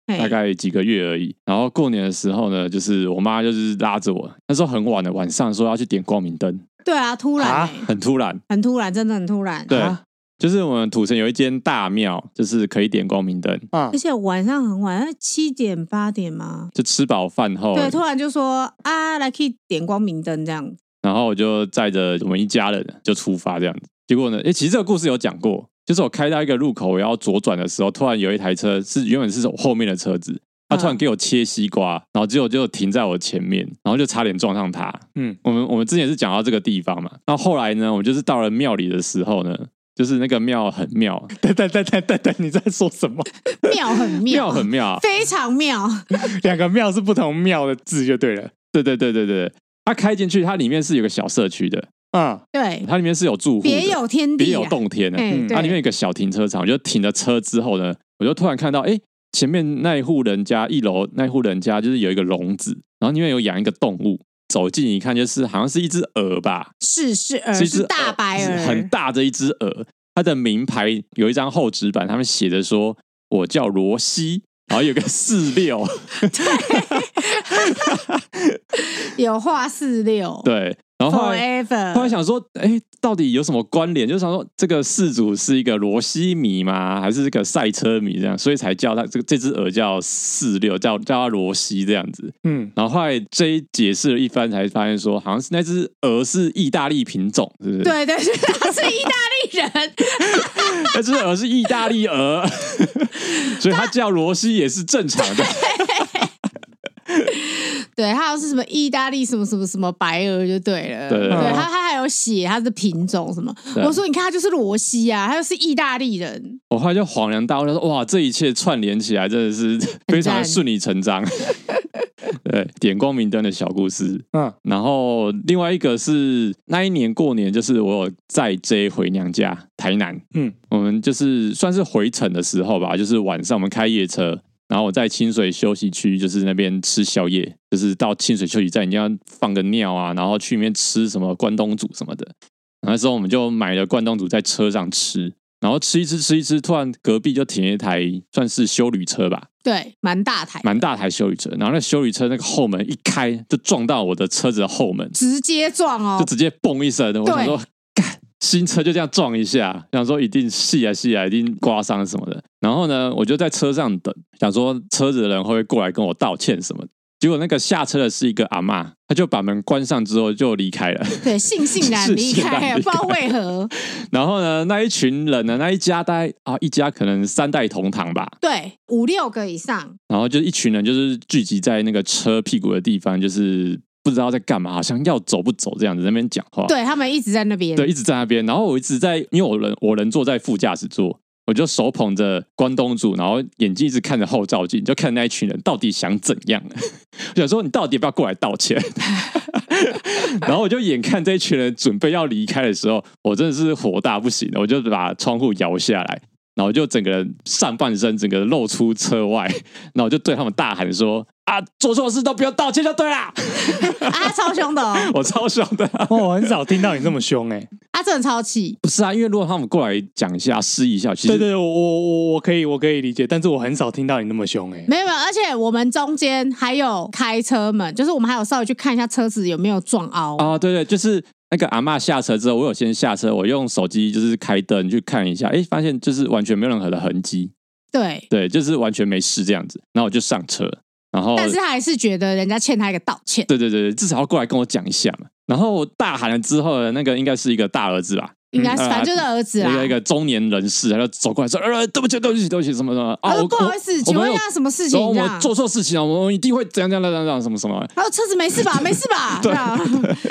嘿大概几个月而已。然后过年的时候呢，就是我妈就是拉着我，那时候很晚了，晚上说要去点光明灯，对啊，突然啊欸很突然。很突然，真的很突然。对，啊就是我们土城有一间大庙，就是可以点光明灯，啊而，且晚上很晚，七点八点嘛。就吃饱饭后，对，突然就说啊，来可以点光明灯这样。然后我就载着我们一家人就出发这样子。结果呢，诶，其实这个故事有讲过，就是我开到一个路口，我要左转的时候，突然有一台车是原本是我后面的车子，它突然嗯给我切西瓜，然后结果就停在我前面，然后就差点撞上它。嗯，我们我们之前是讲到这个地方嘛，那后来呢，我们就是到了庙里的时候呢，就是那个庙很 妙，等等等等等等，你在说什么？妙很妙，庙 很妙，非常妙。两个庙是不同庙的字就对了。对对对对对，它开进去，它里面是有个小社区的，啊，对，它里面是有住户的，别有天 别地有啊。洞天的、哎嗯对它里面有一个小停车场，我就停了车之后呢，我就突然看到，哎，前面那一户人家一楼那一户人家就是有一个笼子，然后里面有养一个动物，走近一看就是好像是一只鹅吧，是是鹅，是一呃只是大鹅白呃是鹅，很大的一只鹅。它的名牌有一张厚纸板，他们写着说：“我叫罗西。”然后有个四六， 有画四六。对。然后后来，forever。后来想说，哎，到底有什么关联？就想说，这个事主是一个罗西迷吗？还是这个赛车迷这样？所以才叫他这个这只鹅叫四六，叫叫它罗西这样子。嗯，然后后来这一解释了一番，才发现说，好像是那只鹅是意大利品种，是不是？，对对对，他是意大利人。那只鹅是意大利鹅， 所以它叫罗西也是正常的。对，它好像是什么意大利什么什么什么白鹅就对了。对嗯它它还有写它的品种什么。对我说你看，它就是罗西啊，它就是意大利人。我后来就恍然大悟，他说：“哇，这一切串联起来真的是非常的顺理成章。” 对，点光明灯的小故事。嗯，然后另外一个是那一年过年，就是我有载 J 回娘家台南。嗯，我们就是算是回程的时候吧，就是晚上我们开夜车，然后我在清水休息区，就是那边吃宵夜，就是到清水休息站一定要放个尿啊，然后去里面吃什么关东煮什么的。然后那时候我们就买了关东煮在车上吃，然后吃一吃吃一吃，突然隔壁就停了一台算是修旅车吧，对，蛮大台，蛮大台修理车，然后那修理车那个后门一开就撞到我的车子的后门，直接撞就哦，直接嘣一声，我想说，干新车就这样撞一下，想说一定细啊细啊，一定刮伤什么的。然后呢，我就在车上等，想说车子的人会不会过来跟我道歉什么的。结果那个下车的是一个阿嬷，她就把门关上之后就离开了。对，悻悻然是离悻然开，离不知 道开为何，然后呢，那一群人呢，那一家大概啊，一家可能三代同堂吧，对，五六个以上，然后就一群人就是聚集在那个车屁股的地方，就是不知道在干嘛，好像要走不走这样子，在那边讲话。对他们一直在那边，对，一直在那边。然后我一直在，因为我人我人坐在副驾驶座，我就手捧着关东煮，然后眼睛一直看着后照镜，就看那一群人到底想怎样。 我想说，你到底要不要过来道歉？ 然后我就眼看这一群人准备要离开的时候，我真的是火大不行了，我就把窗户摇下来。然后我就整个人上半身整个露出车外，然后我就对他们大喊说：“啊，做错事都不用道歉就对啦！”啊，超凶的、哦， 我超爽的、哦，我很少听到你这么凶哎、啊，真的超气，不是啊，因为如果他们过来讲一下、试一下，其对实对对，我我我我可以我可以理解，但是我很少听到你那么凶哎、没有，没有，而且我们中间还有开车门，就是我们还有稍微去看一下车子有没有撞凹，啊、对对，就是那个阿嬷下车之后，我有先下车，我用手机就是开灯去看一下，哎，发现就是完全没有任何的痕迹，对，对，就是完全没事这样子。然后我就上车，然后但是他还是觉得人家欠他一个道歉，对对对，对至少要过来跟我讲一下嘛。然后我大喊了之后呢，那个应该是一个大儿子吧，应该是嗯反正就是啊儿子一啦个一。个中年人士，他就走过来说：“呃，对不起，对不起，对不起，什么什么啊，他我说不好意思，请问一下什么事情然后我这们样？做错事情了，啊我们一定会怎样怎样怎样怎样什么什么。”他说车子没事吧，没事 吧？这样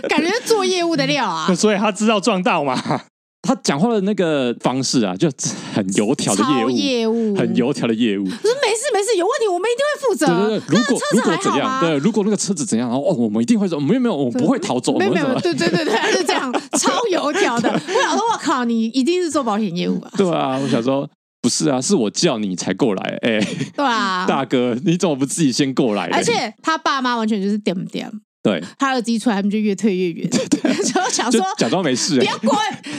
感觉是做业务的料啊那，所以他知道撞到嘛？他讲话的那个方式啊，就很油条的业超务，业务很。油条的业务。我说没事没事，有问题我们一定会负责。对对对，那如个果车如子果还怎好样，吗？对，如果那个车子怎样，然后哦，我们一定会说，没有没有，我们不会逃走，我没们有会没怎有，么？对对对对，他就这 样超油条的。我想说，我靠，你一定是做保险业务吧？ 对啊，我想说，不是啊，是我叫你才过来，哎，对吧？ 大哥，你怎么不自己先过来嘞？啊而且他爸妈完全就是点点，对，他儿子一出来，他们就越退越远，就想就啊说假装没事不，要滚，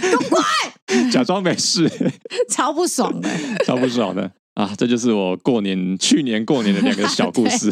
给我滚，假装没事， 超不爽的。超不爽的啊！这就是我过年去年过年的两个小故 事。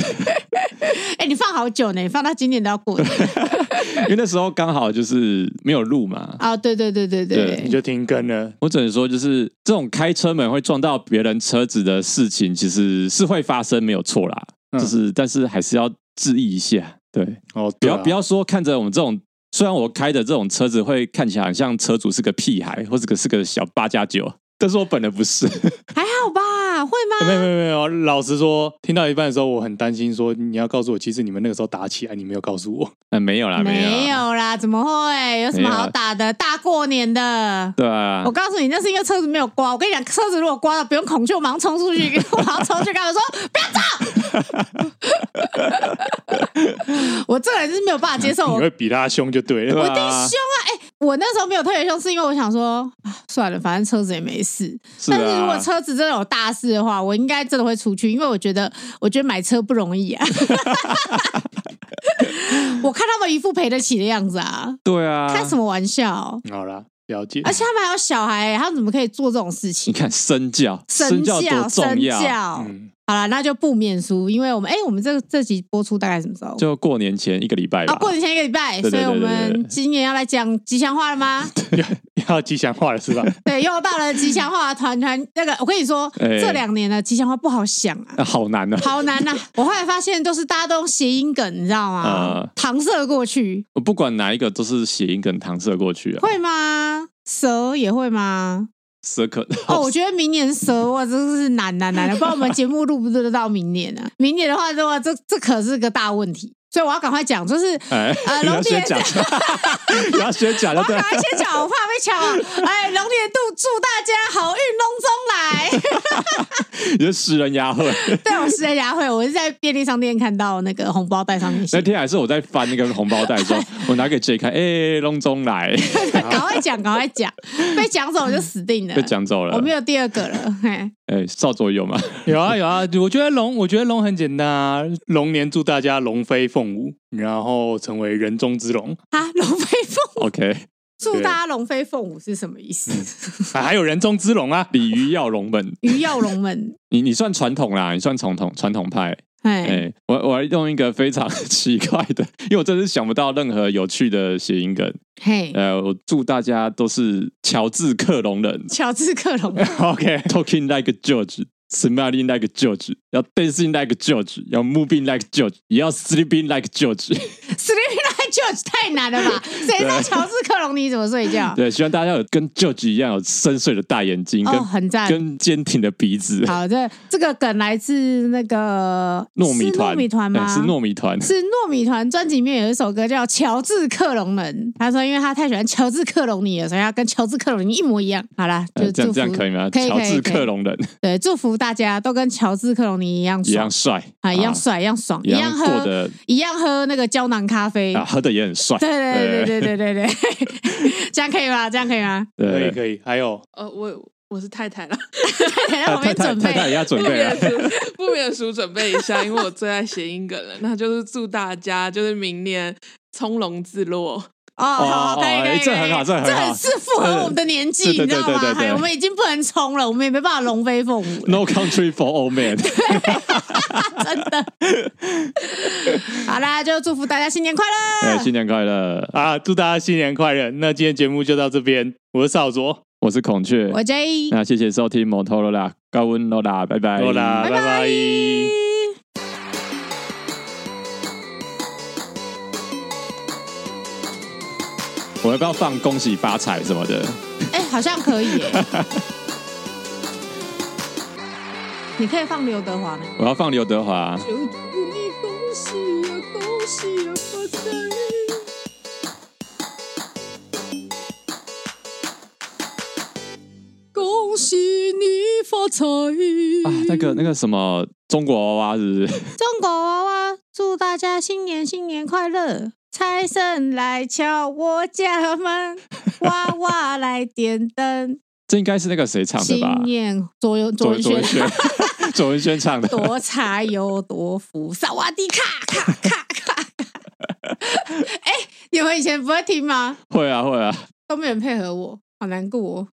哎，你放好久呢，你放到今年都要过年 因为那时候刚好就是没有路嘛，啊！对对对对对你对，就停更了。我只能说，就是这种开车门会撞到别人车子的事情，其实是会发生，没有错啦。嗯就是，但是还是要注意一下，对，哦，不对要、啊不要说看着我们这种，虽然我开的这种车子会看起来很像车主是个屁孩，或者个是个小八加九，但是我本人不是。 还好吧？会吗？没有没有没有，老实说，听到一半的时候，我很担心说你要告诉我，其实你们那个时候打起来，你没有告诉我。嗯，没有啦，没有啦，有啦，怎么会？有什么好啊打的？大过年的。对啊 我，告诉你，那是因为车子没有刮。我跟你讲，车子如果刮了，不用恐惧，我马上冲出去，我马上冲去跟他们说不要走。 我这个人是没有办法接受你我。会比他凶就对了。我哦一定凶啊！哎、我那时候没有特别凶，是因为我想说，啊算了，反正车子也没事。是但是如果啊，车子真的有大事的话，我应该真的会出去，因为我觉得，我觉得买车不容易啊。 我看他们一副赔得起的样子啊，对啊，开什么玩哎笑？好啦，了解。而且他们还有小孩，他们怎么可以做这种事你情？看身教，身教教，多重身要。教。嗯，好了，那就不免俗，因为我们哎、我们这这集播出大概什么时候？就过年前一个礼拜吧，啊，过年前一个礼拜，所对对以我对对对们今年要来讲吉祥话了 吗？要吉祥话了是吧？对，又到了吉祥话团团那个，我跟你说，哎这两年呢，吉祥话不好想啊。啊好难啊。 好难呐、我后来发现，都是大家都用谐音梗，你知道吗啊？搪塞过去我不管哪一个都是谐音梗搪塞过去啊。会吗？蛇也会吗？蛇可哦，我觉得明年蛇哇，真是难难难了，不然我们节目录不录得到明年啊？明年的话，的话，这这可是个大问题，所以我要赶快讲，就是哎，呃你龙要年先 讲， 你要先讲我了，要对赶，快先讲，我怕被抢 啊！哎，龙年度祝大家好运隆中来。 你是食人牙会。对，啊我是在家会，我是在便利商店看到那个红包袋上面写那，天还是我在翻那个红包袋的时候，我拿给 J 看，哎，隆 中来赶快讲，赶快 讲，被讲走我就死定了被。抢走我了没。有第二个了，嘿，哎，少佐有吗？ 有啊有啊，我觉得龙，我觉得龙很简单啊。龙年祝大家龙飞凤舞，然后成为人中之龙。啊，龙飞凤， OK，祝大家龙飞凤舞是什么意思？嗯啊还有人中之龙啊，鲤鱼跃龙门， 鱼跃龙门，你你算传统啦，你算传统传统派。哎、哎，我我还用一个非常奇怪的， 因为我真是想不到任何有趣的谐音梗。嘿，呃，我祝大家都是乔治克隆人乔治克 隆， ，OK， ，talking like a George。Smiling like a George，要 dancing like a George，要 moving like a George，也要 sleeping like a George。 Sleeping Like George 太难了吧？谁知道乔治克隆尼怎么睡觉？对，希望大家有跟 George 一样有深邃的大眼睛，哦跟很赞跟坚挺的鼻子。好，这这个梗来自那个糯米团，是糯米团吗？哎是糯米团。是糯米团专辑里面有一首歌叫《乔治克隆人》，他说因为他太喜欢乔治克隆尼了，所以他跟乔治克隆尼一模一样。好啦，就呃这祝样福这样可以吗？可以乔可以治克可以隆人对，祝福大家都跟乔治克隆尼一样一样爽帅啊，一样帅，一样爽，一样喝过得一样喝那个胶囊咖啡。啊，喝的也很帅。对对对对对对对对， 这样可以吗？这样可以吗？对可以对可以，还有呃，我我是太太了，太太在旁太边太准太太备也要 准备啊！不免俗准备一下，因为我最爱谐音梗了。那就是祝大家就是明年从容自若。哦，好，可以可哎以，这很好可以这很好是符合我们的年纪，是你对知道吗？对对对对哎我们已经不能冲了，我们也没办法龙飞凤舞了， No country for old man。真的。好啦，就祝福大家新年快哎，乐，新年快乐！啊，祝大家新年快乐。那今天节目就到这边，我是少佐，我是孔雀。我 J， 那谢谢收听摩托罗拉高温罗拉，拜拜。好啦，拜哎拜我要不要放恭喜发财什么的？哎，好像可以 耶。你可以放刘德华吗？我要放刘德华。啊祝你恭啊喜呀，恭喜呀，发财！恭喜你发财！啊，嗯那个那个什么中国娃娃是不是？中国娃娃，祝大家新年新年快乐！财神来敲我家门，娃娃来点灯。 这应该是那个谁唱的新吧？年左右左左文左文轩，轩， 左文轩唱的。多财有多福，萨瓦迪卡卡卡卡。 哎、你们以前不会听吗？会啊会啊。都没有人配合我，好难过、哦。